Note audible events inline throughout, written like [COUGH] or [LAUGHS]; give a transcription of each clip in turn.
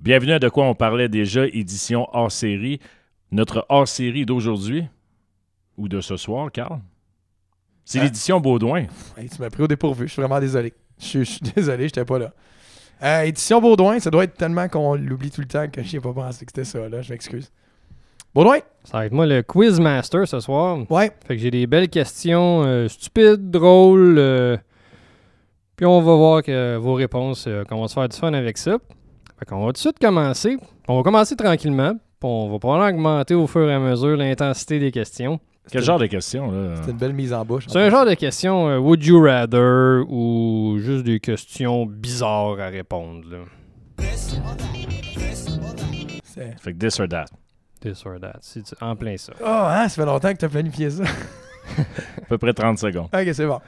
Bienvenue à De quoi on parlait déjà, édition hors série. Notre hors série d'aujourd'hui, ou de ce soir, Carl, c'est Ah. Hein? l'édition Baudouin. Hey, tu m'as pris au dépourvu. Je suis vraiment désolé. Je suis- je suis [LAUGHS] désolé, j'étais pas là. Euh, édition Baudouin, ça doit être tellement qu'on l'oublie tout le temps que j'y ai pas pensé que c'était ça. Là, je m'excuse. Baudouin, Ça va être moi le quiz master ce soir. ouais, Fait que j'ai des belles questions euh, stupides, drôles. euh, puis on va voir que euh, vos réponses, euh, qu'on va se faire du fun avec ça. Fait qu'on va tout de suite commencer. On va commencer tranquillement. Puis on va probablement augmenter au fur et à mesure l'intensité des questions. Quel genre de question, là? c'est une belle mise en bouche. en C'est un plus. genre de questions euh, would you rather ou juste des questions bizarres à répondre. Là. C'est- Fait que this or that. This or that. C'est du- en plein ça. Oh, hein, ça fait longtemps que tu as planifié ça. [LAUGHS] À peu près 30 secondes. ok, c'est bon.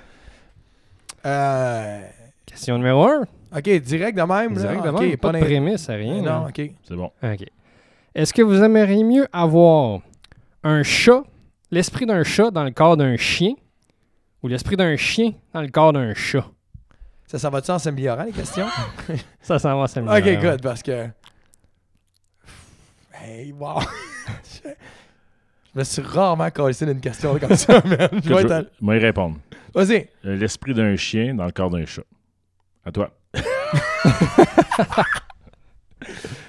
Euh, Question numéro 1. ok, direct de même. là. Directement. Ok, pas de d'in- Eh prémisse à rien. hein. là. Non, ok. C'est bon. OK. Est-ce que vous aimeriez mieux avoir un chat, l'esprit d'un chat dans le corps d'un chien, ou l'esprit d'un chien dans le corps d'un chat? Ça, ça va-tu en s'améliorant, les questions? Ça, ça va, ça me ok, good, parce que. Hey, wow! [LAUGHS] je... je me suis rarement collé d'une question comme ça, [LAUGHS] man. Je Que vais je- être Moi, y répondre. en- Vas-y! Euh, L'esprit d'un chien dans le corps d'un chat. À toi. [LAUGHS]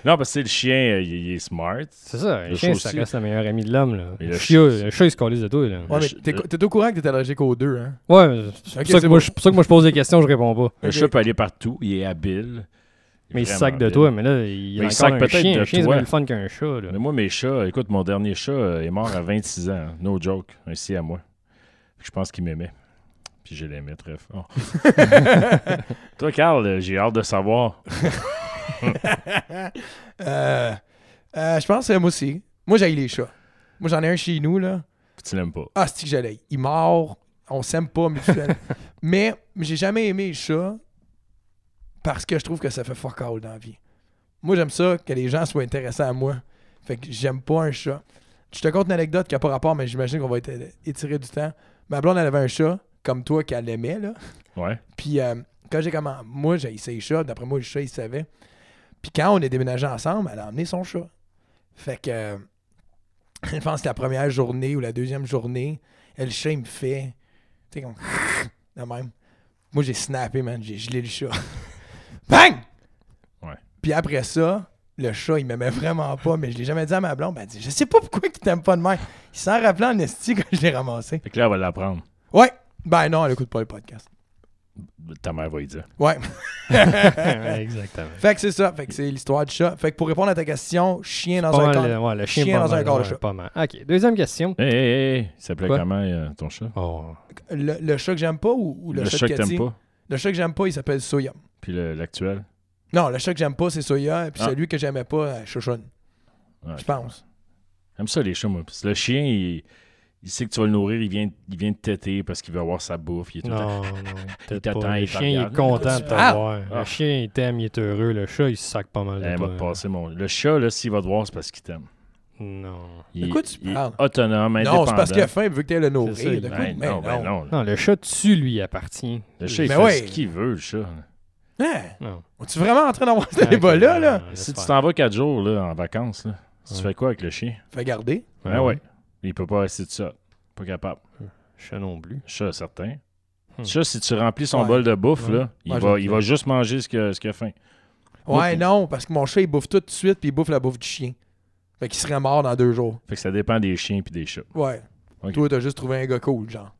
non, parce que le chien, euh, il il est smart. C'est ça, Le le chien, chat ça aussi. reste le meilleur ami de l'homme. là. Et Le, le chiot- chien- le chat, il se calisse de toi. Là. Ouais, mais je- t'es co- t'es au courant que t'es allergique aux deux, hein? Ouais, mais c'est Ok, pour, ça que c'est moi, bon. je- c'est pour ça que moi, je pose des questions, je réponds pas. Le Ok. chat peut aller partout, il est habile. Mais il se Vraiment sac de habile. toi, mais là, il y a Mais il encore se sac un peut-être chien. de Un chien, c'est toi. bien le fun qu'un chat. là. Mais moi, mes chats, écoute, mon dernier chat euh, est mort à 26 ans. hein. No joke. Ainsi à moi. Je pense qu'il m'aimait. Puis je l'aimais très [LAUGHS] fort. Toi, Carl, euh, j'ai hâte de savoir. [LAUGHS] Euh, euh, je pense que moi aussi. Moi, j'ai les chats. Moi, j'en ai un chez nous, là. puis Tu l'aimes pas. Ah, c'est que j'allais. Il mord. On s'aime pas mutuellement. mais j'ai jamais aimé les chats parce que je trouve que ça fait fuck all dans la vie. Moi, j'aime ça que les gens soient intéressés à moi. Fait que j'aime pas un chat. Je te conte une anecdote qui n'a pas rapport, mais j'imagine qu'on va être euh, étiré du temps. Ma blonde, elle avait un chat, comme toi, qu'elle aimait, là. Ouais. Puis euh, quand j'ai comment moi j'ai essayé chat, d'après moi le chat il savait. Puis quand on est déménagé ensemble, elle a emmené son chat. Fait que euh, [LAUGHS] je pense que la première journée ou la deuxième journée, elle, le chat il me fait tu sais comme [LAUGHS] de même. Moi j'ai snappé man, j'ai gelé le chat. [LAUGHS] Bang! Ouais. Puis après ça, le chat il m'aimait vraiment pas, mais je l'ai jamais dit à ma blonde, Ben, elle dit je sais pas pourquoi il t'aime pas de même. Il s'en rappelait en esti quand je l'ai ramassé. Fait que là, elle va l'apprendre. Ouais. Ben non, elle écoute pas le podcast. Ta mère va y dire. Ouais. Ouais, Exactement. Fait que c'est ça. Fait que c'est l'histoire du chat. Fait que pour répondre à ta question, chien dans Pas un mal, corps. euh, ouais, le chien, chien pas dans un mal, corps de ouais, chat. pas mal. OK, deuxième question. Hé, hé, hé, hé. Il s'appelait Quoi? comment euh, ton chat? Oh. Le, le chat que j'aime pas ou, ou le, le chat, chat de que Cathy? t'aimes pas. Le chat que j'aime pas, il s'appelle Soya. Puis le- l'actuel. Non, le chat que j'aime pas, c'est Soya. Puis Ah. celui que j'aimais pas, euh, Chouchoun. Ouais. Je pense. J'aime ça, les chats, moi. Parce que le chien, il, il sait que tu vas le nourrir, il vient, il vient te téter parce qu'il veut avoir sa bouffe. Il est tout le temps- Non, non, peut-être t'attend, pas. Le il te chien, il regarde. est content de Tu t'avoir. Ah. Le chien, il t'aime, il est heureux. Le chat, il se sac pas mal de Elle toi. Eh, m'a passé mon. Le chat, là, s'il va te voir, c'est parce qu'il t'aime. Non. Il, De quoi tu il est parles? autonome, indépendant. Non, c'est parce qu'il a faim, vu que t'es le C'est ça, nourrir. de quoi? Ben Mais non, ben non. Non, le chat, tu lui appartiens. Le chat, il Mais fait ouais. ce qu'il veut, le Ben, chat. Hein? Non. Es-tu vraiment en [LAUGHS] train d'avoir ce débat-là? Eh, Là? Si tu t'en vas quatre jours là, en vacances, là, tu Ouais. fais quoi avec le chien? Fait garder. Ben ouais. Il peut pas rester tout ça. Pas capable. Chat non plus. Chat, certain. Hmm. Chat, si tu remplis son Ouais. bol de bouffe, Ouais. là, il, Ouais, va, j'ai- il va juste manger ce que- ce qu'il a faim. Moi, Ouais, puis- non, parce que mon chat, il bouffe tout de suite, puis il bouffe la bouffe du chien. Fait qu'il serait mort dans deux jours. Fait que ça dépend des chiens puis des chats. Ouais. Ok. Toi, t'as juste trouvé un gars cool, genre.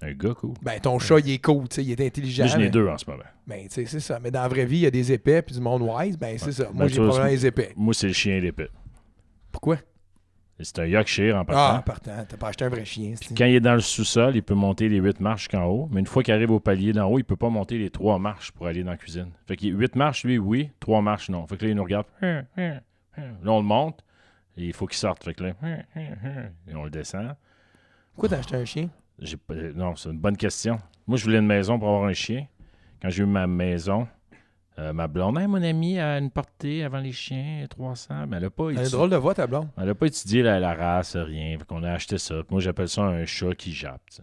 Un gars cool. Ben, ton chat, il est cool, tu sais, il est intelligent. Moi, j'en ai mais- deux en ce moment. Ben, tu sais, c'est ça. Mais dans la vraie vie, il y a des épais puis du monde wise. Ben, c'est ça. Moi, j'ai toi, probablement c'est- les épais. Moi, c'est le chien et l'épée. Pourquoi? C'est un Yorkshire en Ah, partant. en partant. T'as pas acheté un vrai chien. c'est- Quand il est dans le sous-sol, il peut monter les huit marches jusqu'en haut. Mais une fois qu'il arrive au palier d'en haut, il peut pas monter les trois marches pour aller dans la cuisine. Fait que huit marches, lui, oui. Trois marches, non. Fait que là, il nous regarde. Là, on le monte. Et il faut qu'il sorte. Fait que là, et on le descend. Pourquoi t'as acheté un chien? J'ai pas- euh, Non, c'est une bonne question. Moi, je voulais une maison pour avoir un chien. Quand j'ai eu ma maison, euh, ma blonde, Hey, mon amie, a une portée avant les chiens, 300. Mais elle a pas Elle a étudié- une drôle de voix, ta blonde. Elle n'a pas étudié la, la race, rien. Fait qu'on a acheté ça. Puis Moi, j'appelle ça un chat qui jappe. tu sais.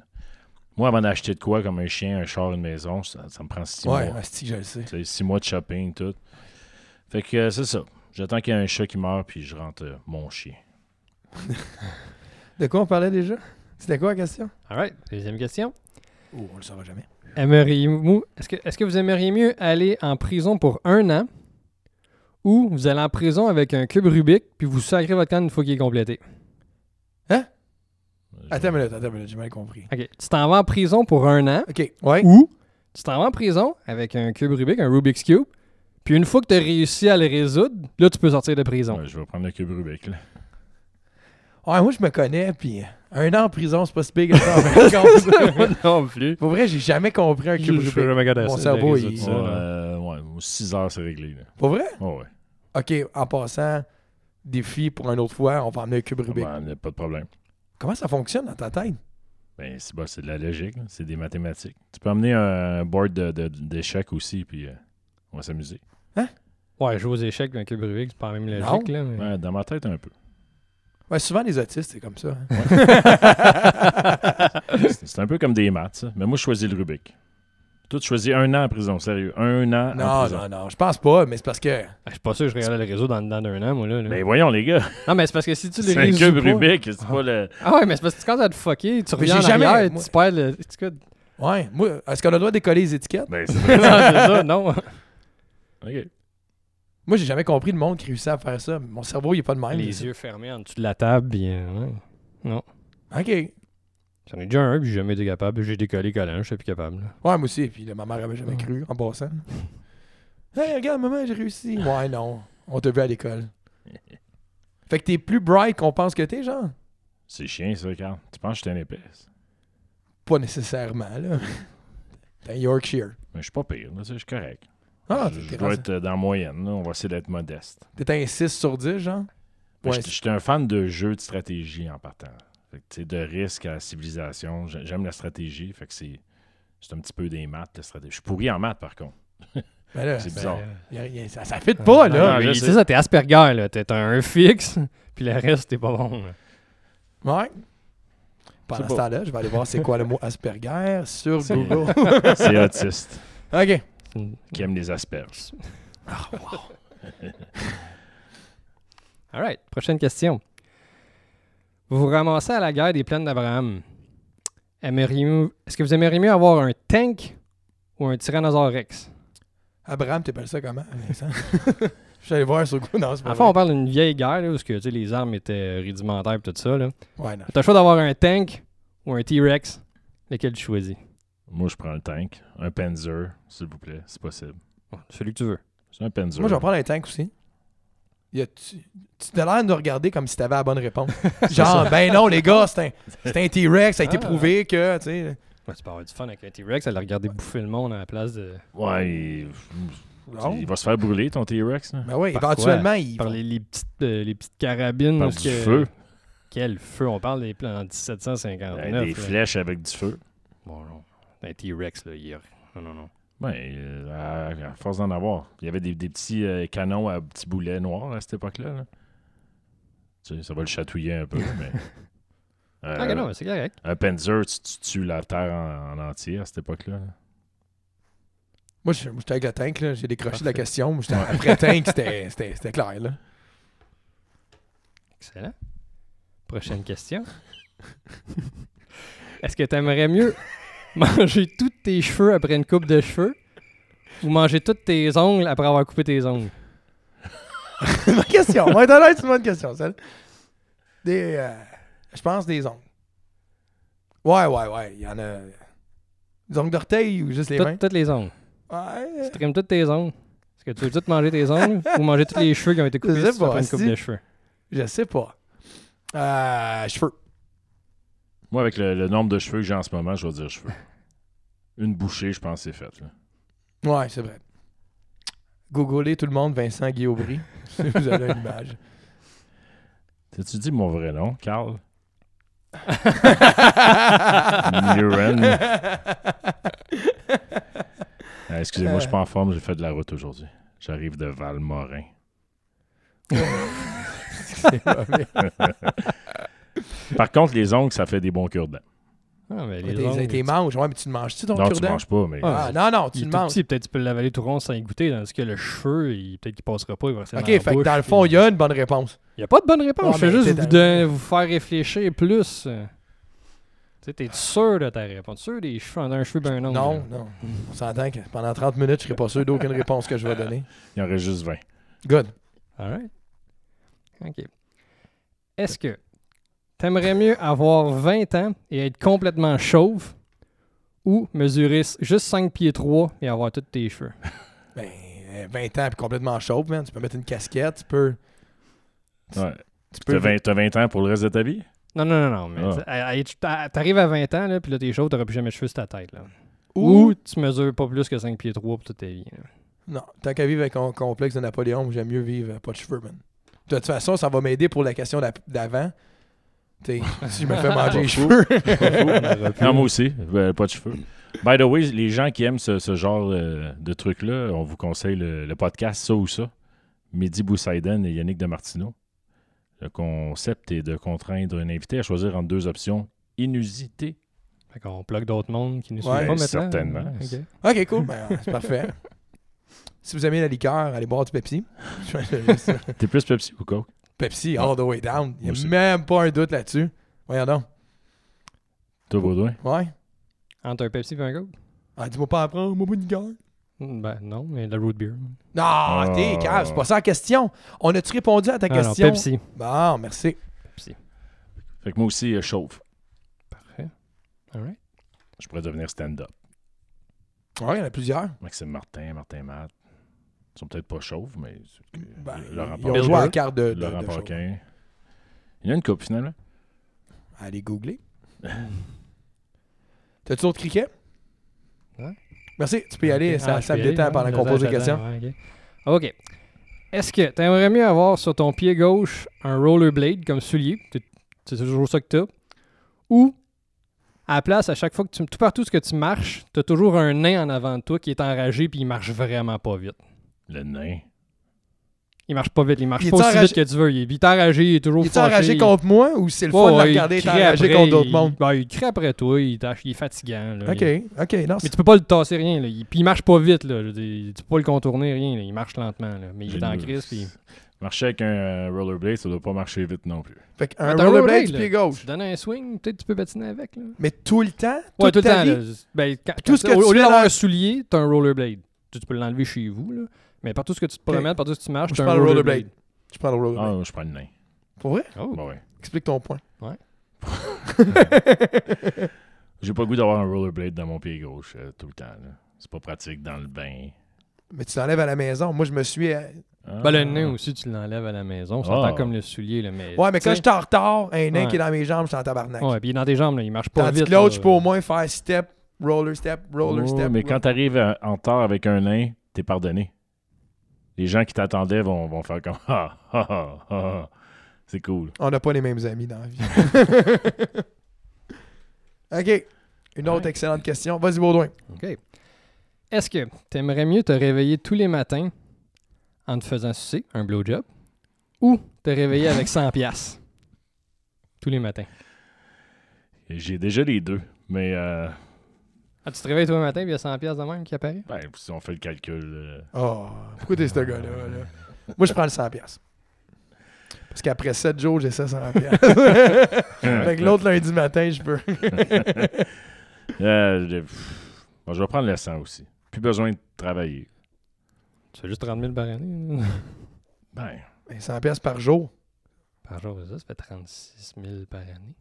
Moi, avant d'acheter de quoi, comme un chien, un char, une maison, ça, ça me prend six Ouais, mois. asti, je le sais. C'est six mois de shopping, tout. Fait que euh, c'est ça. J'attends qu'il y ait un chat qui meurt, puis je rentre euh, mon chien. De quoi on parlait déjà? C'était quoi la question? All right, deuxième question. Oh, on le saura jamais. Aimeriez-vous, est-ce que, est-ce que vous aimeriez mieux aller en prison pour un an ou vous allez en prison avec un cube Rubik puis vous sacrez votre canne une fois qu'il est complété? Je- Attends une minute, attends une minute, j'ai mal compris. OK. Tu t'en vas en prison pour un an OK, ouais. ou tu t'en vas en prison avec un cube Rubik, un Rubik's Cube, puis une fois que tu as réussi à le résoudre, là, tu peux sortir de prison. Ouais, [LAUGHS] je vais prendre le cube Rubik. Là. Ouais, moi, je me connais, puis un an en prison, c'est pas si big que [LAUGHS] ça. en fin de compte. non plus. Pour vrai, j'ai jamais compris un cube Rubik. Mon cerveau, il- Ouais, hein. euh, ouais, aux 6 heures, c'est réglé. [LAUGHS] Là. Pour vrai? Oh, ouais. OK, en passant, défi pour une autre fois, on va emmener un cube Rubik. Ah, ben, pas de problème. Comment ça fonctionne dans ta tête? Ben, c'est bah, c'est de la logique, là. c'est des mathématiques. Tu peux amener un board de- de- d'échecs aussi, puis euh, on va s'amuser. Ouais, jouer aux échecs avec un cube Rubik, c'est pas la même Non. logique. Là, mais- Ouais, dans ma tête, un peu. Ouais, souvent, les autistes, c'est comme ça. hein. C'est c'est un peu comme des maths, ça. Mais moi, je choisis le Rubik. Toi, tu choisis un an en prison, sérieux. Un an en non, prison. non, non, je pense pas, mais c'est parce que... Ah, [LAUGHS] Je suis pas sûr que je regardais le réseau dans dans d'un an, moi. Là, là. Ben voyons, les gars. Non, mais c'est parce que si tu le C'est un résous cube pas- Rubik. C'est pas [LAUGHS] le. Ah ouais, mais c'est parce que quand t'as te fucké, tu reviens en j'ai jamais- arrière, moi- tu perds le... tu- tu- Non, Ouais, moi, est-ce qu'on a le droit de décoller les étiquettes? Ben, c'est c'est [LAUGHS] ça, non. OK. Moi, j'ai jamais compris le monde qui réussit à faire ça. Mon cerveau, il est pas de même. Les yeux fermés en dessous de la table, bien... ouais. OK. Ouais, J'en ai déjà un, puis j'ai jamais été capable. J'ai décollé collant, je suis plus capable. là. moi aussi. Puis là, ma mère avait jamais cru, en passant. hey, regarde, maman, j'ai réussi. Ouais, non. On t'a vu à [LAUGHS] l'école. Fait que t'es plus bright qu'on pense que t'es, genre? C'est chiant, ça, Carl. Tu penses que je suis un épaisse. Pas nécessairement, là. T'es un Yorkshire. Mais Ben, je suis pas pire, là, ça, je suis correct. Ah, je t'es- je t'es dois rendu- être euh, dans la moyenne, là. On va essayer d'être modeste. t'es un 6 sur 10, genre? Ben, Ouais, j'étais- J'étais un fan de jeux de stratégie en partant. Fait que, tu sais, de risque à la civilisation. J'a- J'aime la stratégie. Fait que c'est. C'est un petit peu des maths, la stratégie. Je suis pourri en maths, par contre. Ben là, C'est ben, bizarre. y a- y a- ça, ça fit pas, Non, là. non, je mais sais. C'est ça, t'es Asperger, là. T'es un fixe, [LAUGHS] puis le reste, t'es pas bon. là. Ouais. Pendant C'est ce pas- temps-là, je vais aller voir c'est quoi le [LAUGHS] mot Asperger sur C'est- Google. [LAUGHS] C'est autiste OK. C'est une- qui aime les asperges. All right, prochaine question. Vous vous ramassez à la guerre des plaines d'Abraham. Aimeriez-vous- Est-ce que vous aimeriez mieux avoir un tank ou un tyrannosaure rex? Abraham, t'appelles ça comment, [LAUGHS] Vincent? je suis allé voir sur Google. Non, c'est pas Enfin, on vrai. parle d'une vieille guerre là, où ce que, tu sais, les armes étaient rudimentaires et tout ça. Là. Ouais, non. T'as le choix d'avoir un tank ou un T-Rex. Lequel tu choisis? Moi, je prends un tank, un Panzer, s'il vous plaît, c'est possible. Celui que tu veux. C'est un Panzer. Moi, je vais prendre un tank aussi. Y a- tu tu as l'air de nous regarder comme si t'avais la bonne [LAUGHS] réponse. Genre, ben non, les gars, c'est un, c'est un T-Rex, ça a été Ah. prouvé que, tu sais... [LAUGHS] Ouais, tu peux avoir du fun avec un T-Rex, aller regarder bouffer le monde à la place de. [LAUGHS] Ouais, il... non. il va se faire brûler, ton T-Rex, là. Ben oui, Par quoi? éventuellement, il... Par les, les petites, euh, les petites carabines. Par où ce du que- feu. Quel feu? On parle des plans en Avec 1759. des là. flèches avec du feu. Bon, non. Un T-Rex, là, hier. Non, non, non. Ben, euh, à, à force d'en avoir. Il y avait des, des petits euh, canons à petits boulets noirs à cette époque-là. là. Tu sais, ça va le chatouiller un peu, [LAUGHS] mais. Euh, Ah, que non, c'est correct. Un Panzer, tu, tu tues la terre en, en entier à cette époque-là. là. Moi, je- moi, j'étais avec le tank, là. J'ai décroché de la Parfait. question. Moi, j'étais- Après tank, c'était c'était- c'était clair, là. Excellent. Prochaine question. Est-ce que tu [LAUGHS] aimerais mieux manger tous tes cheveux après une coupe de cheveux ou manger tous tes ongles après avoir coupé tes ongles? bonne question. Ouais, t'as l'air, c'est une bonne question, celle. Des. euh, je pense des ongles. Ouais, ouais, ouais. Il y en a. Des ongles d'orteil ou juste les mains? Toutes toutes les ongles. Ouais. Tu trimes tous tes ongles. Est-ce que tu veux tout manger tes ongles ou [LAUGHS] manger tous les cheveux qui ont été coupés sais si tu pas, après une coupe si. de cheveux? Je sais pas. Euh, cheveux. Moi, avec le, le nombre de cheveux que j'ai en ce moment, je vais dire [LAUGHS] cheveux. Une bouchée, je pense, que c'est fait. là. Ouais, c'est vrai. Googlez tout le monde Vincent Guillaubry. [LAUGHS] si vous avez une image. T'as-tu dit mon vrai nom, Carl? Muren. Ah, Excusez-moi, je suis pas Euh. en forme, j'ai fait de la route aujourd'hui. J'arrive de [LAUGHS] Valmorin. C'est mauvais. Par contre, les ongles, ça fait des bons cure-dents. Ah, mais Mais les T'es ongles, t'es tu- manges. Ouais, mais tu le manges-tu ton Non, tu cure-dent? manges pas, mais. Ah, non, non, il tu est le tout manges. petit, peut-être tu peux l'avaler tout rond sans y goûter, tandis que le cheveu, il- peut-être qu'il passera pas, il va rester Ok, dans la fait que bouche, dans le fond, puis- il y a une bonne réponse. Il n'y a pas de bonne réponse. Ouais, je fais mais juste t'es vous, don- vous faire réfléchir plus. Tu sais, t'es sûr de ta réponse? Sûr des cheveux, d'un cheveu, ben non. Non, non. On s'entend que pendant 30 minutes, je serai pas sûr d'aucune réponse que je vais donner. Il y en reste juste 20. Good. Alright. OK. Est-ce que t'aimerais mieux avoir 20 ans et être complètement chauve ou mesurer s- juste 5 pieds 3 et avoir tous tes cheveux? Ben, euh, 20 ans, puis complètement chauve, man. Tu peux mettre une casquette, tu peux. Ouais. Tu T'as peux 20, t'as 20 ans pour le reste de ta vie? Non, non, non, non. Mais Ah. t'sais, à- à- tu- t'a- T'arrives à 20 ans, là, puis là, t'es chauve, t'auras plus jamais de cheveux sur ta tête. Là. Ou. Ou tu mesures pas plus que 5 pieds 3 pour toute ta vie. [LAUGHS] hein. là. Non, tant qu'à vivre avec un complexe de Napoléon, moi, j'aime mieux vivre euh, pas de cheveux, man. De toute façon, ça va m'aider pour la question d'ap- d'avant. [LAUGHS] Tu sais, si je me fais manger les cheveux. [LAUGHS] Non, moi aussi. Euh, pas de cheveux. By the way, les gens qui aiment ce, ce genre euh, de truc-là, on vous conseille le, le podcast Ça ou Ça. Mehdi Boussaiden et Yannick Damartino. Le concept est de contraindre un invité à choisir entre deux options inusitées. [LAUGHS] Fait qu'on bloque d'autres mondes qui nous suivent Ouais, pas maintenant. certainement. Ok. Ok, cool. Ben, c'est parfait. Si vous aimez la liqueur, allez boire [LAUGHS] du Pepsi. Juste- T'es plus Pepsi ou Coke? Pepsi, all the way down. Il Moi n'y aussi. a même pas un doute là-dessus. Voyons donc. Toi, Baudouin? Ouais. Entre un Pepsi et un Coke? Ah, dis-moi pas à prendre, moi, pas une gueule. Mm, Ben non, mais le root beer. Non, t'es Ah. calme, c'est pas ça la question. On a-tu répondu à ta Ah non, question? Pepsi. Bon, merci. Fait que moi aussi, euh, chauve. Parfait. All right. Je pourrais devenir stand-up. Ouais, il y en a plusieurs. Maxime Martin, Martin Matt. Ils sont peut-être pas chauves, mais. c'est- Ben, Laurent ils ont Paquin. joué à la carte de, de, Laurent de show. Paquin. Il y en a une coupe, finalement. [LAUGHS] Allez googler. T'as-tu d'autres criquets? Ouais. Merci, tu peux y aller, Ok. ça, Ah, ça je me peux y détend aller, pendant ouais, qu'on j'attends, pose des j'attends, questions. ouais, OK. Ok. Est-ce que t'aimerais mieux avoir sur ton pied gauche un rollerblade comme soulier? t'es- C'est toujours ça que t'as. Ou, à la place, à chaque fois que tu... Tout partout ce que tu marches, t'as toujours un nain en avant de toi qui est enragé puis il marche vraiment pas vite. Le nain. Il marche pas vite, il marche Il pas est-tu aussi enragé- vite que tu veux. Il est vite enragé, il est toujours Il est fâché, enragé il- contre moi ou c'est le Ouais, fun de ouais, le regarder il être crie enragé après, contre d'autres il- mondes? ben, il crie après toi, il, tâche- il est fatigant. là. Ok, Il- ok, non, Mais c'est- tu peux pas le tasser rien. Là. Il, puis il marche pas vite. Là. Je veux dire, tu peux pas le contourner, rien. là. Il marche lentement. Là. Mais il J'ai est en une- crise. Puis... Marcher avec un euh, rollerblade, ça doit pas marcher vite non plus. Fait qu'un Attends, rollerblade rollerblade, du là. pied Tu gauche. donnes un swing, peut-être tu peux patiner avec. Là. Mais tout le temps? toute Ouais, tout le ta temps. vie? là. Ben, quand- Tout quand ce t'as- que au, tu au lieu fais d'avoir dans- un soulier, t'as un rollerblade. Tu, tu peux l'enlever chez vous. Là. Mais partout ce que tu te promènes, partout ce que tu marches, Je t'as un parle rollerblade. rollerblade. Je parle au rollerblade. Ah, je prends le nain. Pour vrai? Oh. Bah ouais. Explique ton point. J'ai pas le goût d'avoir un rollerblade dans mon pied gauche euh, tout le temps. là. C'est pas pratique dans le bain. Mais tu t'enlèves à la maison. Moi, je me suis. euh, Ah. Ben, le nain aussi, tu l'enlèves à la maison. Ça Ah. s'entend comme le soulier. Là, mais, Ouais, mais quand je tu sais- suis en retard, un nain Ouais. qui est dans mes jambes, je suis en tabarnak. Ouais, puis il est dans tes jambes. Là. Il marche pas Tandis vite. que l'autre, là. je peux au moins faire step, roller step, roller Oh, step. mais quand t'arrives à- en retard avec un nain, t'es pardonné. Les gens qui t'attendaient vont, vont faire comme [LAUGHS] ah, ah, ah, ah. C'est cool. On n'a pas les mêmes amis dans la [LAUGHS] vie. OK. Une autre Ouais. excellente question. Vas-y, Baudouin. OK. Est-ce que t'aimerais mieux te réveiller tous les matins en te faisant sucer, un blowjob, ou te réveiller avec 100 piastres tous les matins? J'ai déjà les deux. Mais euh, Ah, tu te réveilles tous les matins, puis il y a 100 piastres de même qui apparaît? ben, si on fait le calcul, euh, Oh, pourquoi t'es ce gars-là? là? Moi, je prends le 100$. piastres. Parce qu'après 7 jours, j'ai ça 100$. piastres. [LAUGHS] fait que l'autre [LAUGHS] lundi matin, je peux. euh, je- pff, bon, je vais prendre le sang aussi. Plus besoin de travailler. Tu fais juste 30 000 par année. là. [LAUGHS] Ben, Mais 100$ piastres par jour. Par jour, ça, ça fait 36 000 par année.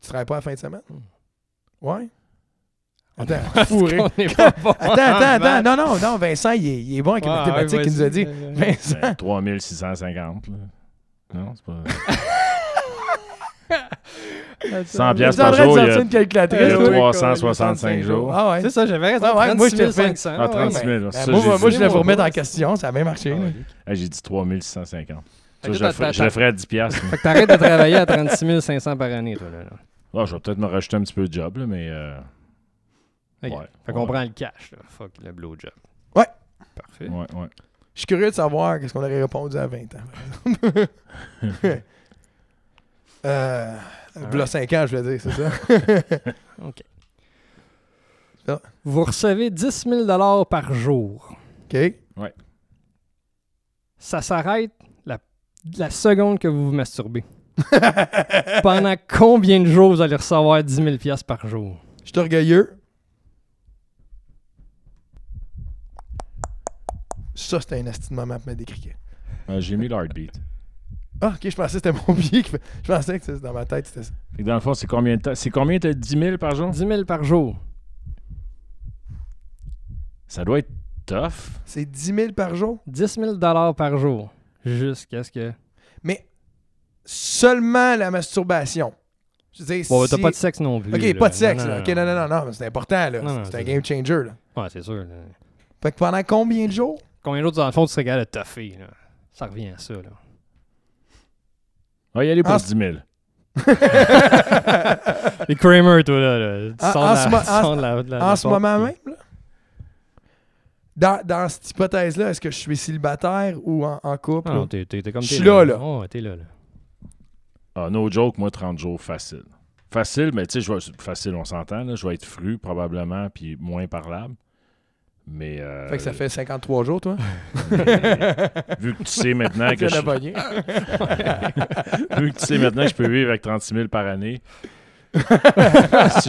Tu travailles pas la fin de semaine? Hmm. Ouais? On [LAUGHS] Attends, est- fourré. on est pas bon [LAUGHS] Attends, attends, en attends. Non, non, non, Vincent, il est, il est bon avec les maths. mathématiques, Ouais, il nous a dit. vas-y. Vincent. ben, 3650. là. Non, c'est pas. [LAUGHS] Attends. 100 Il est en piastres par train de jour, euh, il y a- sortir une Il y calculatrice. a Reste au oui. 365 jours. Ah ouais. C'est ça, j'avais raison. Ouais, ouais, moi, je t'ai 36 fait- 500. Ah, 30 ouais, 000. ça, Ben, moi, j'ai moi, dit. Ah, moi, je dit, le mon remettre gars, en question, ça a bien marché. là. mais- Hey, j'ai dit 3650. Fait Ça, que je, toi, le ferais, t'as- je le ferais à 10 [LAUGHS] piastres. Fait que t'arrêtes de travailler à 36 500 par année, toi, là. là. Ah, je vais peut-être me rajouter un petit peu de job, là, mais... euh, Ok. Ouais, fait qu'on ouais. prend le cash, là. Fuck le blowjob. Ouais. Parfait. ouais, ouais. Je suis curieux de savoir qu'est-ce qu'on aurait répondu à 20 ans. [LAUGHS] Euh, Ah, v'là 5 ans, je veux dire, c'est ça. [LAUGHS] Vous recevez 10 000 par jour. OK. [LAUGHS] Ça s'arrête la, la seconde que vous vous [LAUGHS] masturbez. Pendant combien de jours vous allez recevoir 10 000 piastres par jour? Je suis orgueilleux. Ça, c'était un esti de maman qui m'a décriqué. Euh, J'ai mis le heartbeat. Ah, ok, je pensais que c'était mon [LAUGHS] pied. Qui... fait- Je pensais que c'était dans ma tête. C'était ça. Fait que dans le fond, c'est combien de temps? C'est combien, t'as 10 000 par jour? 10 000 par jour. Ça doit être tough. C'est 10 000 par jour. 10 000 par jour. Jusqu'à ce que... Mais seulement la masturbation. Je veux dire, Bon, t'as si- pas de sexe non plus. Ok, là. pas de sexe. Non, là. non, ok, non, non, non, non, mais c'est important. là. Non, non, c'est c'est un ça. game changer. Là. Ouais, c'est sûr. là. Fait que pendant combien de [LAUGHS] jours Combien d'autres, dans le fond, tu serais capable de toffer? Là? Ça revient à ça. Là. On va y aller pour En- Ah, 10 000. Les Kramer, toi, là. là. Tu En- sors Ah, en de ce la- mo- tu en- sors de la- de la- de En la ce porte, moment puis- même là? Dans, dans cette hypothèse-là, est-ce que je suis célibataire ou en, en couple Ah, ou- non, t'es, t'es- t'es comme Je t'es suis là, là. Oh, t'es [LAUGHS] [LAUGHS] là, là. Ah, no joke, moi, 30 jours, facile. Facile, mais tu sais, je vais- facile, on s'entend. là. Je vais être fru, probablement, puis moins parlable. Mais. euh, Fait que ça fait 53 jours, [LAUGHS] toi. Vu que tu sais maintenant que [LAUGHS] Tu je, l'as [LAUGHS] pogné. vu que tu sais maintenant que je peux vivre avec 36 000 par année. si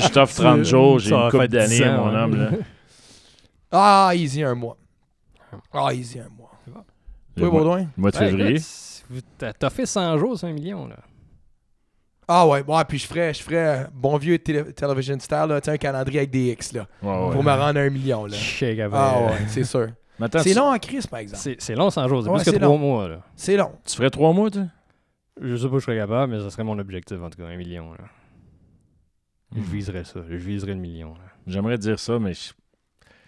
je t'offre [LAUGHS] 30 jours, j'ai Ça une va couple faire 10 d'années, ans, mon hein. homme. [LAUGHS] Là. Ah, easy un mois. Ah, easy un mois. Le Toi, mois, Baudouin? le mois de Ouais, février. Ben, écoute, si vous- T'as t'as fait 100 jours, c'est un million, là. Ah ouais, ouais, puis je ferais, je ferais euh, bon vieux télé- television star, là, tu sais, un calendrier avec des X là, Ouais, ouais. pour me rendre à un million. Là. Shake après. Ah ouais, [LAUGHS] c'est sûr. Mais attends, C'est tu, long en crise, par exemple. C'est, c'est long 100 jours, c'est Ouais, plus que c'est 3 long. mois, là. C'est long. tu ferais 3 mois, tu Je sais pas si je serais capable, mais ce serait mon objectif, en tout cas, un million, là. Hmm. Je viserais ça, je viserais le million, là. J'aimerais dire ça, mais je-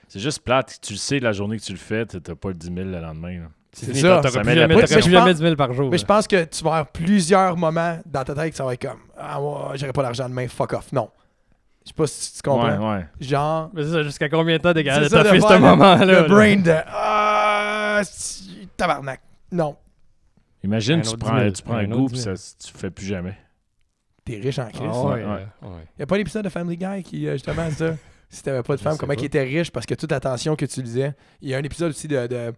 c'est juste plate. Tu le sais, la journée que tu le fais, t'as t'as pas le 10 000 le lendemain. là. C'est C'est fini, ça. t'aurais Ça plus met la jamais, pression. t'aurais Mais plus je pense- jamais 10 000 par jour. Mais là. je pense que tu vas avoir plusieurs moments dans ta tête que ça va être comme Ah ouais, j'aurais pas l'argent demain, fuck off. Non. Je sais pas si tu comprends. Ouais, ouais. Genre. Mais c'est ça, jusqu'à combien de temps t'es capable de C'est ça, toffer de ce faire le- moment-là? là? le brain [LAUGHS] de Ah si- tabarnak. Non. Imagine, Un tu autre prends, 10 000, tu prends un un autre goût, puis 10 000. ça, tu fais plus jamais. T'es riche en crise. Ah ouais, Ouais, ouais. euh, ouais. Y a pas l'épisode de Family Guy qui, euh, justement, dit [LAUGHS] ça. Si t'avais pas de Je femme, sais comment pas. qu'il était riche parce que toute l'attention que tu lisais. Il y a un épisode aussi de, de,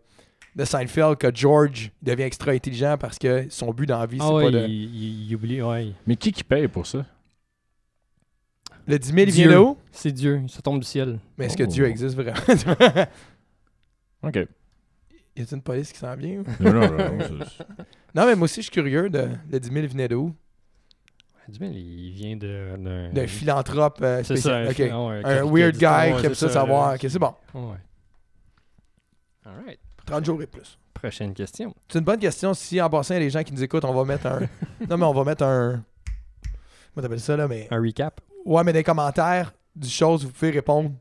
de Seinfeld que George devient extra intelligent parce que son but dans la vie, c'est Ah ouais, pas de. il, il- il oublie, ouais. Mais qui qui paye pour ça? Le 10 000 il Dieu. vient de où C'est Dieu, ça tombe du ciel. Mais est-ce que Oh. Dieu existe vraiment [LAUGHS] OK. Y a-t-il une police qui s'en vient ou? Non, non, non, non, c'est- Non, mais moi aussi, je suis curieux de. Le 10 000 venait de où Du bien, il vient de- d'un... D'un philanthrope euh, C'est ça, spécial. un, Ok. fi- ah ouais, Un capitaliste, weird ouais, guy qui aime ça là. savoir. Ok, c'est bon. Ouais. All right. 30 jours et plus. Prochaine question. C'est une bonne question. Si en passant, il y a des gens qui nous écoutent, on va [LAUGHS] mettre un. non, mais on va mettre un. Comment t'appelles ça, là Mais Un recap. Ouais, mais dans les commentaires du chose, vous pouvez répondre.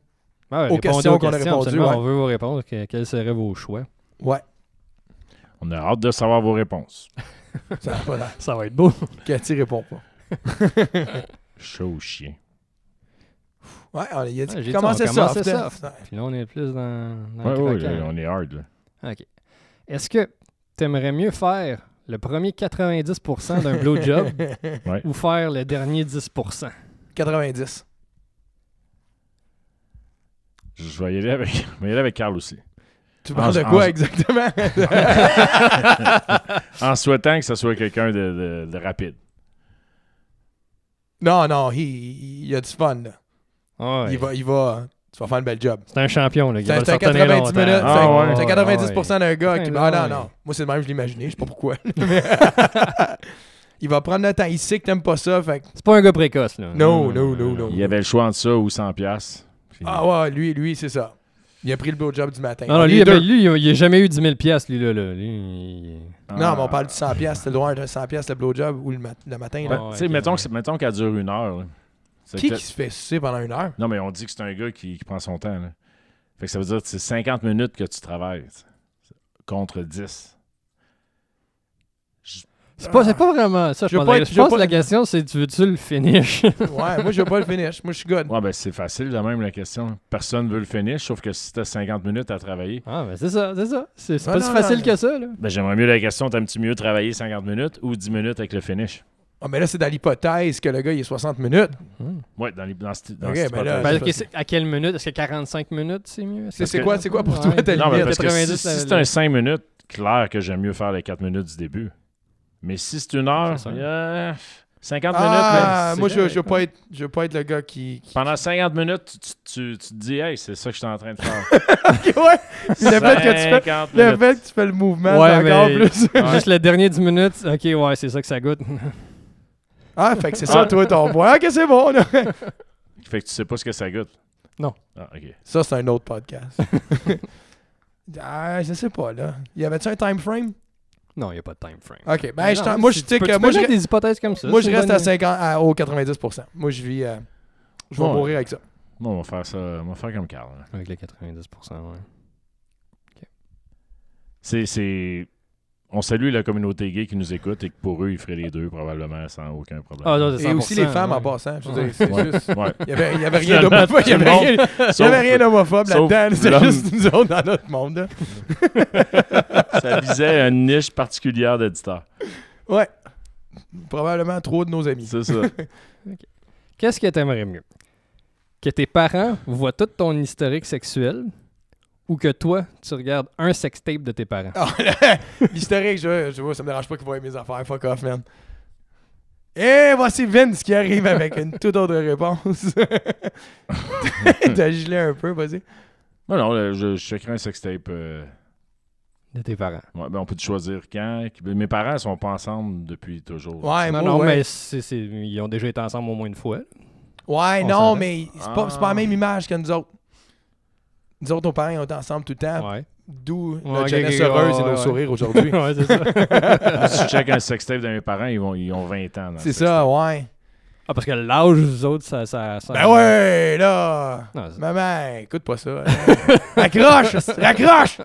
Ah Ouais, Aux répondez questions qu'on a répondu, absolument. ouais. On veut vous répondre. que- quels seraient vos choix? Ouais, On a hâte de savoir vos réponses. ça va pas l'air. Ça va être beau. [LAUGHS] Cathy répond pas. Chaud au chien. Ouais, on, il a dit Ouais, j'ai dit, comment on c'est ça. commençait soft. [LAUGHS] Puis là, on est plus dans, dans Ouais, le ouais, craquant. là, on est hard. Là. OK. Est-ce que t'aimerais mieux faire le premier 90% d'un blowjob [LAUGHS] ou faire le dernier 10%? 90. Je vais y aller avec, [LAUGHS] je vais y aller avec Carl aussi. Tu En- parles de en- quoi [LAUGHS] exactement? En souhaitant que ce soit quelqu'un de, de- de rapide. non, non, il, il- il a du fun. là. Ah ouais. Il va, il va. Tu vas faire un bel job. C'est un champion. Là, qui C'est va un le c'est un sortir 90 longtemps. minutes. c'est Ah un- ouais. c'est un 90% d'un gars qui. Ouais, Ah non, ouais. non. Moi, c'est le même, je l'imaginais. Je sais pas [LAUGHS] pourquoi. il va prendre le temps. Il sait que t'aimes pas ça. Fait que. C'est pas un gars précoce. Là. No, no, no, no. Il y avait le choix entre ça ou 100$. piastres. Puis- Ah ouais, lui, lui, c'est ça. Il a pris le blowjob du matin. Non, non, lui, Les il a- deux. lui, il a- il a jamais eu 10 000 piastres, lui, là. là. Lui, il- Ah. Non, mais on parle du 100$, piastres, c'est le droit d'un 100$ piastres, le blowjob ou le, mat- le matin. là. Ben, tu sais, ok, mettons ouais. que c'est- mettons qu'elle dure une heure. là. C'est Qui que- qui se fait sucer pendant une heure? Non, mais on dit que c'est un gars qui, qui prend son temps. là. Fait que ça veut dire que c'est 50 minutes que tu travailles. tu sais. Contre 10. C'est pas, c'est pas vraiment ça. Je, Je veux pense, pas être- je je veux pense que pas- la question, c'est tu veux-tu le [LAUGHS] finish? Ouais, moi, je veux pas le finish. Moi, je suis good. Ouais, ben c'est facile de même la question. Personne veut le finish, sauf que si t'as 50 minutes à travailler, ah, ben c'est ça, c'est ça. C'est c'est Non, pas non, si facile non. que ça, là. ben j'aimerais mieux la question, t'aimes-tu mieux travailler 50 minutes ou 10 minutes avec le finish? Ah, mais là, c'est dans l'hypothèse que le gars, il est 60 minutes. Ouais, dans, les, dans, cette- dans Ok, cette ben là, hypothèse. Ben, c'est ok, c'est- à quelle minute? Est-ce que 45 minutes, c'est mieux? C'est- C'est que- quoi, c'est quoi pour toi euh, ta Non, mais limite? parce que si, 90, si la- c'est la- un 5 minutes, clair que j'aime mieux faire les 4 minutes du début. Mais si c'est une heure, C'est ça. euh, 50 Ah, minutes. mais moi, c'est je, je, veux correct. pas être, je veux pas être le gars qui. qui- Pendant 50 minutes, tu, tu- tu- tu te dis, hey, c'est ça que je suis en train de [LAUGHS] faire. ouais, le fait que tu fais. 50 Le Ah. minutes. fait que tu fais le mouvement, Ouais, c'est encore mais- plus. [LAUGHS] Juste le dernier 10 minutes, ok, ouais, c'est ça que ça goûte. [LAUGHS] Ah, fait que c'est Ah. ça, toi, ton point. Ah, que c'est bon, là. Fait que tu sais pas ce que ça goûte. Non. Ah, ok. Ça, c'est un autre podcast. ah, je sais pas, là. Y avait-tu un time frame? non, il n'y a pas de time frame. Ok, ben, Mais je non, t'en- moi, si je tu sais peux- que. tu Moi, peux je, mettre des hypothèses comme ça. moi, c'est je une reste bonne à, idée. 50, à- au 90%. Moi, je vis. euh, je vais Ouais. mourir avec ça. Bon, on va faire ça. On va faire comme Carl. hein. Avec les 90%, ouais. C'est, c'est... On salue la communauté gay qui nous écoute et que pour eux, ils feraient les deux probablement sans aucun problème. Ah, non, c'est Et 100%, aussi les femmes ouais. en passant. Je veux Ouais. dire, c'est Ouais. juste. Ouais. [LAUGHS] Il y avait, il y avait rien Finalement, d'homophobe. Il y avait tout le rien, il y Sauf- avait rien d'homophobe sauf là-dedans. C'est l'homme. juste nous autres dans notre monde. là. ça visait une niche particulière d'éditeurs. Ouais. Probablement trop de nos amis. C'est ça. Qu'est-ce que t'aimerais mieux? Que tes parents voient tout ton historique sexuel ou que toi, tu regardes un sextape de tes parents? [LAUGHS] Ah, là, L'historique, je, je vois, ça me dérange pas qu'ils voient mes affaires. Fuck off, man. Et voici Vince qui arrive avec une toute autre réponse. [LAUGHS] T'as gelé un peu, vas-y. Non, non, là, je, je checkerais un sextape. euh, De tes parents. ouais, ben, on peut choisir quand. Mes parents sont pas ensemble depuis toujours. Ouais, non, moi, non, ouais. mais Oh, c'est- c'est- ils ont déjà été ensemble au moins une fois. Ouais, On non, s'entend. mais c'est pas, c'est pas Ah. la même image que nous autres. Nous autres, nos parents, ils ont été ensemble tout le temps. Ouais. D'où Ouais, notre ok, jeunesse ok, heureuse ouais, et nos ouais. sourires aujourd'hui. [LAUGHS] ouais, c'est ça. Moi, [LAUGHS] si je check un sextape de mes parents, ils, vont, ils ont 20 ans. dans C'est le ça, ouais. Ah, parce que l'âge, vous autres, ça. ça, ça- Ben ouais, là. Non, c'est- Maman, écoute pas ça. là. raccroche, raccroche.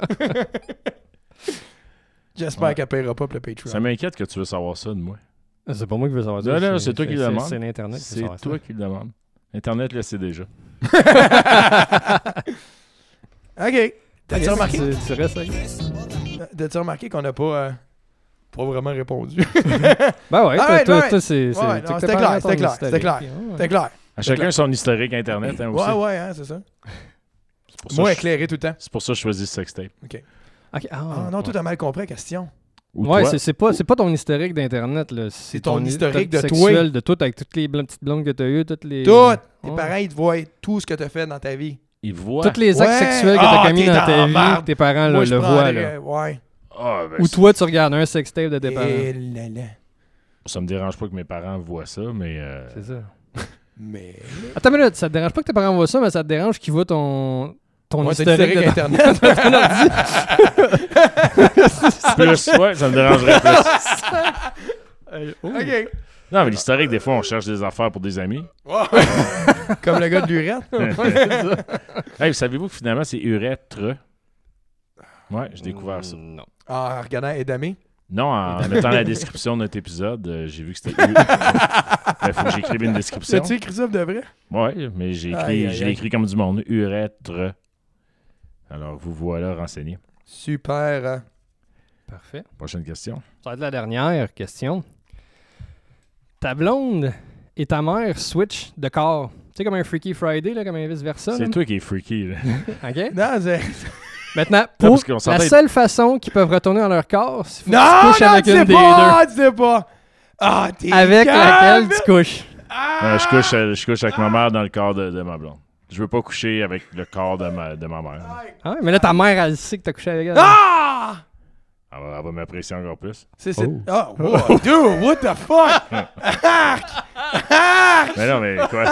J'espère Ouais. qu'elle payera pas pour le sextape. Ça Patreon. m'inquiète que tu veux savoir ça de moi. C'est pas moi qui veux savoir Non, ça. non, c'est- c'est toi qui c'est- le c'est- demande. C'est l'Internet qui veut C'est toi savoir ça. qui le demande. Internet le sait déjà. [LAUGHS] ok. T'as-tu remarqué, Tu, tu restes avec- t'as-tu remarqué qu'on n'a pas, euh, pas vraiment répondu? Ben ouais, Ah, toi, ouais, toi, ouais. toi, c'est. c'est- Ouais, t'es- non, t'es c'était parent, clair, ton c'était clair, historique. hein, c'était clair, Ouais. T'es clair? À chacun son historique Internet. hein, aussi. Ouais, ouais, hein, c'est ça. C'est pour ça Moi, que je- éclairé tout le temps. C'est pour ça que je choisis le sextape. Ok, ah, Ah, non, tout a mal compris, la question. Ou ouais, toi. c'est, c'est pas, c'est pas ton historique d'Internet, là. C'est ton hi- historique de sexuel, de tout, avec toutes les bl- petites blondes que t'as eues, toutes les. Tout! Tes Ouais. parents, ils te voient tout ce que t'as fait dans ta vie. Il voit. Toutes les actes Ouais. sexuels que Ah, t'as commis t'es dans dans la ta vie, merde. tes parents Moi, là, je Ah, le voient, là. prendrais- euh, Ouais. Ah, ben, Ou ça- toi, tu regardes un sextape de tes parents. Et là, là. Ça me dérange pas que mes parents voient ça, mais. euh, C'est ça. Mais. Attends une minute, ça te dérange pas que tes parents voient ça, mais ça te dérange qu'ils voient ton. Ton Ouais, c'est historique. historique de- Internet. [LAUGHS] Plus, ouais, ça me [LAUGHS] dérangerait plus. OK. Non, mais l'historique, des fois, on cherche des affaires pour des amis. [LAUGHS] Ouais. [LAUGHS] [LAUGHS] Comme le gars de l'urette. Hey, savez-vous que finalement, c'est urètre? Ouais, j'ai découvert Mm. ça. Non. En [LAUGHS] regardant Edamé. Non, en [LAUGHS] mettant la description de notre épisode, euh, j'ai vu que c'était. Il faut que j'écrive une description. T'as-tu écrit ça pour de vrai? Ouais, mais j'ai Aïe, écrit, aïe, je l'ai aïe. écrit comme du monde. Urètre. Alors, vous voilà renseigné. Super. hein. Parfait. Prochaine question. Ça va être la dernière question. Ta blonde et ta mère switch de corps. Tu sais, comme un Freaky Friday, là, comme un vice-versa. C'est là. toi qui es freaky. Là. OK? Non, c'est... Maintenant, Non, pour parce qu'on s'entend- la seule façon qu'ils peuvent retourner dans leur corps, c'est faut que tu Non, couches non, avec tu une sais des pas! Tu sais pas! Ah, t'es deux. Avec calme. laquelle tu couches. Ah! Euh, je, couche, euh, je couche avec ma mère dans le corps de, de ma blonde. Je veux pas coucher avec le corps de ma, de ma mère. Ah ouais, mais là, ta mère, elle sait que t'as couché avec elle. Ah! Elle va, elle va m'apprécier encore plus. C'est... c'est... Oh, wow. Dude, what the fuck? Mais non, mais quoi?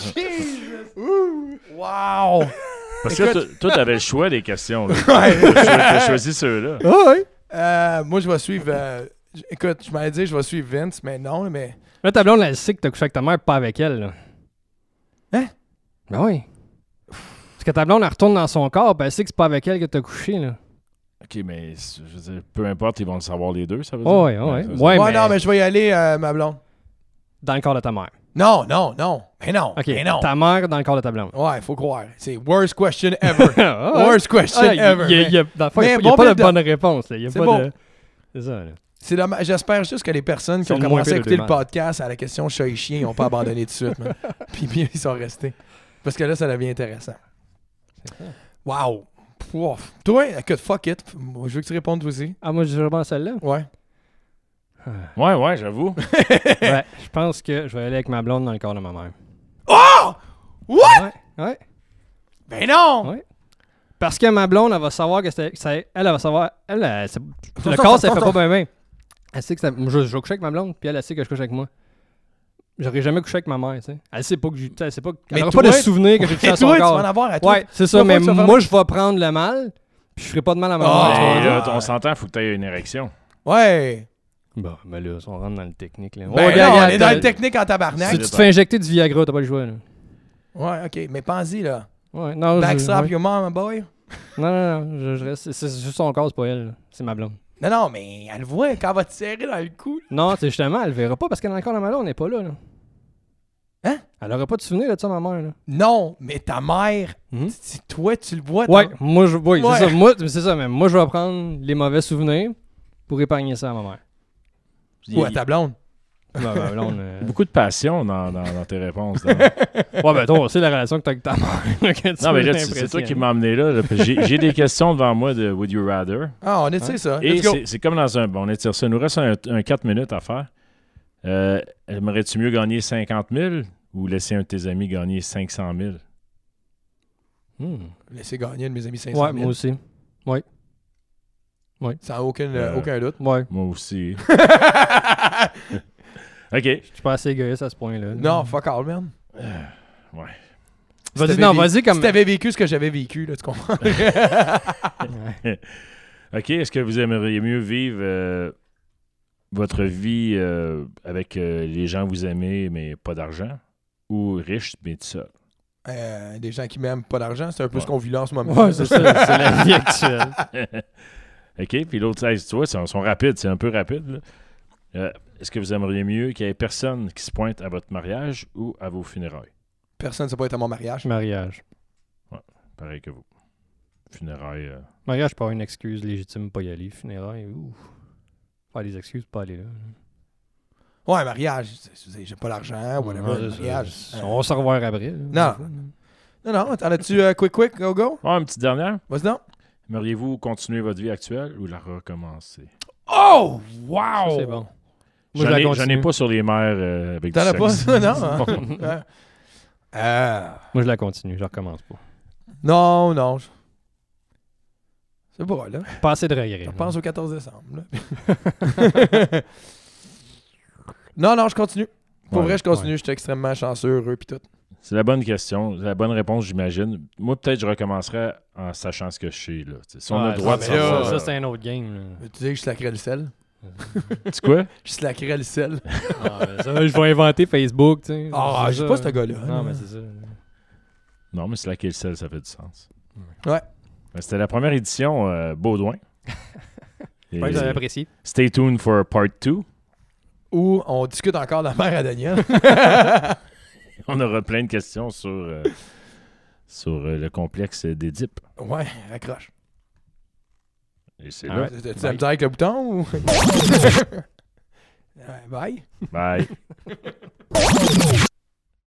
Jesus! Ouh! Wow! Parce que toi- toi, t'avais le choix des questions. là. Ouais. T'as cho- T'as choisi ceux-là. Euh, moi, je vais suivre... euh, j- Écoute, je m'avais dit je vais suivre Vince, mais non, mais... Là, ta blonde, elle sait que t'as couché avec ta mère, pas avec elle. là. Hein? Ben oui. Parce que ta blonde, elle retourne dans son corps, puis elle sait que c'est pas avec elle que t'as couché. Là. OK, mais c'est- je veux dire, peu importe, ils vont le savoir les deux, ça veut dire? Ouais, ouais, ouais. ça, ça- Ouais, Ouais, mais non, mais je vais y aller, euh, ma blonde. dans le corps de ta mère. Non, non, non. Mais non. OK, Mais non. ta mère dans le corps de ta blonde. Ouais, faut croire. C'est worst question ever. Ah [LAUGHS] ouais. worst question Ah, il- ever. il- il- dans le fond, il Mais y a bon pas de build-up. bonne réponse. là. Il y a C'est pas bon. de... C'est ça. là. C'est dommage. J'espère juste que les personnes qui C'est ont le moins commencé pire à de écouter deux le podcast à la question chat et chien, ils n'ont pas abandonné tout de suite. [LAUGHS] man. Puis bien, ils sont restés. Parce que là, ça devient intéressant. Wow! Pouf. Toi, écoute, fuck it. Moi, Je veux que tu répondes toi aussi. Ah, moi, je réponds à [LAUGHS] celle-là. Ouais. Ouais, ouais, j'avoue. ouais, je pense que je vais aller avec ma blonde dans le corps de ma mère. Oh! What? Ouais, ouais. Ben non! [LAUGHS] Ouais. Parce que ma blonde, elle va savoir que c'est. que ça- Elle, elle va savoir. Elle, elle, c'est- Attends, le corps, attends, ça fait attends. pas bien bien. Elle sait que ça. Je, je couche avec ma blonde, puis elle, elle sait que je couche avec moi. J'aurais jamais couché avec ma mère, tu sais. Elle sait pas que j'ai. tu sais, Elle sait pas. Mais Elle aura toi- pas de [LAUGHS] souvenir que j'ai touché Et à son toi, tu vas en corps. avoir à toi. Ouais, Toi, c'est ça, mais faut que tu vas moi, je vais prendre le mal, puis je ferai pas de mal à ma Ah, mère. Mais ouais. là, on s'entend, faut que tu aies une érection. Ouais. Bon, mais là, Bah, on rentre dans le technique, là. Ben Ouais, regarde, non, on regarde, est dans t'as- le technique en Si tabarnak. tu te fais injecter du Viagra, t'as pas le choix, là. Ouais, ok. Mais pense-y, là. Ouais, non, je- Backstrap ouais. your mom, boy. Non, non, non, je, je reste. c'est- C'est juste son corps, c'est pas elle. là. C'est ma blonde. Non, non, mais elle le voit quand elle va te serrer dans le cou. là. Non, c'est justement, elle verra pas parce qu'elle est encore dans ma blonde, on n'est pas là, là. Hein? Elle aura pas de souvenir de ça, ma mère, là. Non, mais ta mère, Mhm. c'est toi, tu le vois. Ouais, t'en- moi, je, oui, Ouais. c'est ça. Moi, c'est ça, mais moi, je vais prendre les mauvais souvenirs pour épargner ça à ma mère. Ou à ta blonde. Ma, ma blonde. euh, Beaucoup de passion dans, dans- dans tes [LAUGHS] réponses. là. Ouais, ben, toi, c'est la relation que t'as avec ta mère. là, que tu non, mais là, veux c'est- c'est toi l'impressionner. qui m'as amené là. là, parce que J'ai j'ai des questions devant moi de Would You Rather. Ah, on est tu sais ça. Et Let's go. c'est- c'est comme dans un. bon, On étire ça. Il nous reste un, 4 minutes à faire. Euh, Aimerais-tu mieux gagner 50 000 ou laisser un de tes amis gagner 500 000? Hmm. Laissez gagner de mes amis 500 Ouais, 000. moi aussi. Sans aucun, euh, Euh. aucun [LAUGHS] doute. [LAUGHS] Ouais, Moi aussi. OK. Euh, je suis pas assez égoïste à ce point-là. là. non, fuck all, man. Vas-y, Si t'avais non, vé- vas-y comme. Si t'avais vécu ce que j'avais vécu, là, tu comprends? [LAUGHS] OK. Est-ce que vous aimeriez mieux vivre euh, votre vie euh, avec euh, les gens que vous aimez, mais pas d'argent? Ou riche, mais tout seul? Euh, des gens qui m'aiment pas d'argent, c'est un peu Ouais. ce qu'on vit là en ce moment. Ouais, c'est ça, c'est [LAUGHS] la vie actuelle. OK. Puis l'autre, hey, tu vois, ils sont, sont rapides. C'est un peu rapide. là. Euh, Est-ce que vous aimeriez mieux qu'il y ait personne qui se pointe à votre mariage ou à vos funérailles? Personne ne sait pas être à mon mariage. Mariage. Pareil que vous. Funérailles. euh, Mariage, pas une excuse légitime pour pas y aller. Funérailles, ouf. Faire des excuses pour pas aller là. Ouais, mariage. c'est- c'est- J'ai pas l'argent, Ah, whatever. Ouais, c'est- mariage. c'est- Euh, On va se revoir après. Non. Non, non, t'en as-tu euh, quick, quick, go, go? Ah, une petite dernière. Vas-y donc. Aimeriez-vous continuer votre vie actuelle ou la recommencer? Oh, wow! C'est bon. Moi, je J'en la ai, j'en continue. ai pas sur les mères euh, avec T'en du as pas sexe. ça, [LAUGHS] non? hein? Ouais. Euh, Moi, je la continue. Je recommence pas. non, non. je- C'est pas là. Pas assez de regrets. Je là. repense au 14 décembre. là. [LAUGHS] non, non, je continue. Pour Ouais, vrai, je continue. J'étais extrêmement chanceux, heureux, puis tout. C'est la bonne question. C'est la bonne réponse, j'imagine. Moi, peut-être, je recommencerais en sachant ce que je sais. Là. T'sais, Si on a Ouais, le droit de mais ça, savoir. Ça, euh, ça, c'est un autre game. Mais Tu sais que je slackerais le sel. tu quoi? [LAUGHS] Je slackerais le sel. là. Ah, Euh, Ça, je vais inventer Facebook. tu sais. Ah, C'est je sais ça. pas ce gars-là. Non, mais c'est ça. Non, mais c'est laquelle le sel, ça fait du sens. Ouais. Ben, C'était la première édition euh, Baudouin. Et J'espère que Vous avez apprécié. stay tuned for part 2. Ou on discute encore de la mère à Daniel. [LAUGHS] On aura plein de questions sur, euh, sur euh, le complexe d'Édipe. ouais, raccroche. Et c'est Ah là. ouais. Tu vas Bye. me dire avec le bouton ou. [LAUGHS] Ouais, Bye. Bye.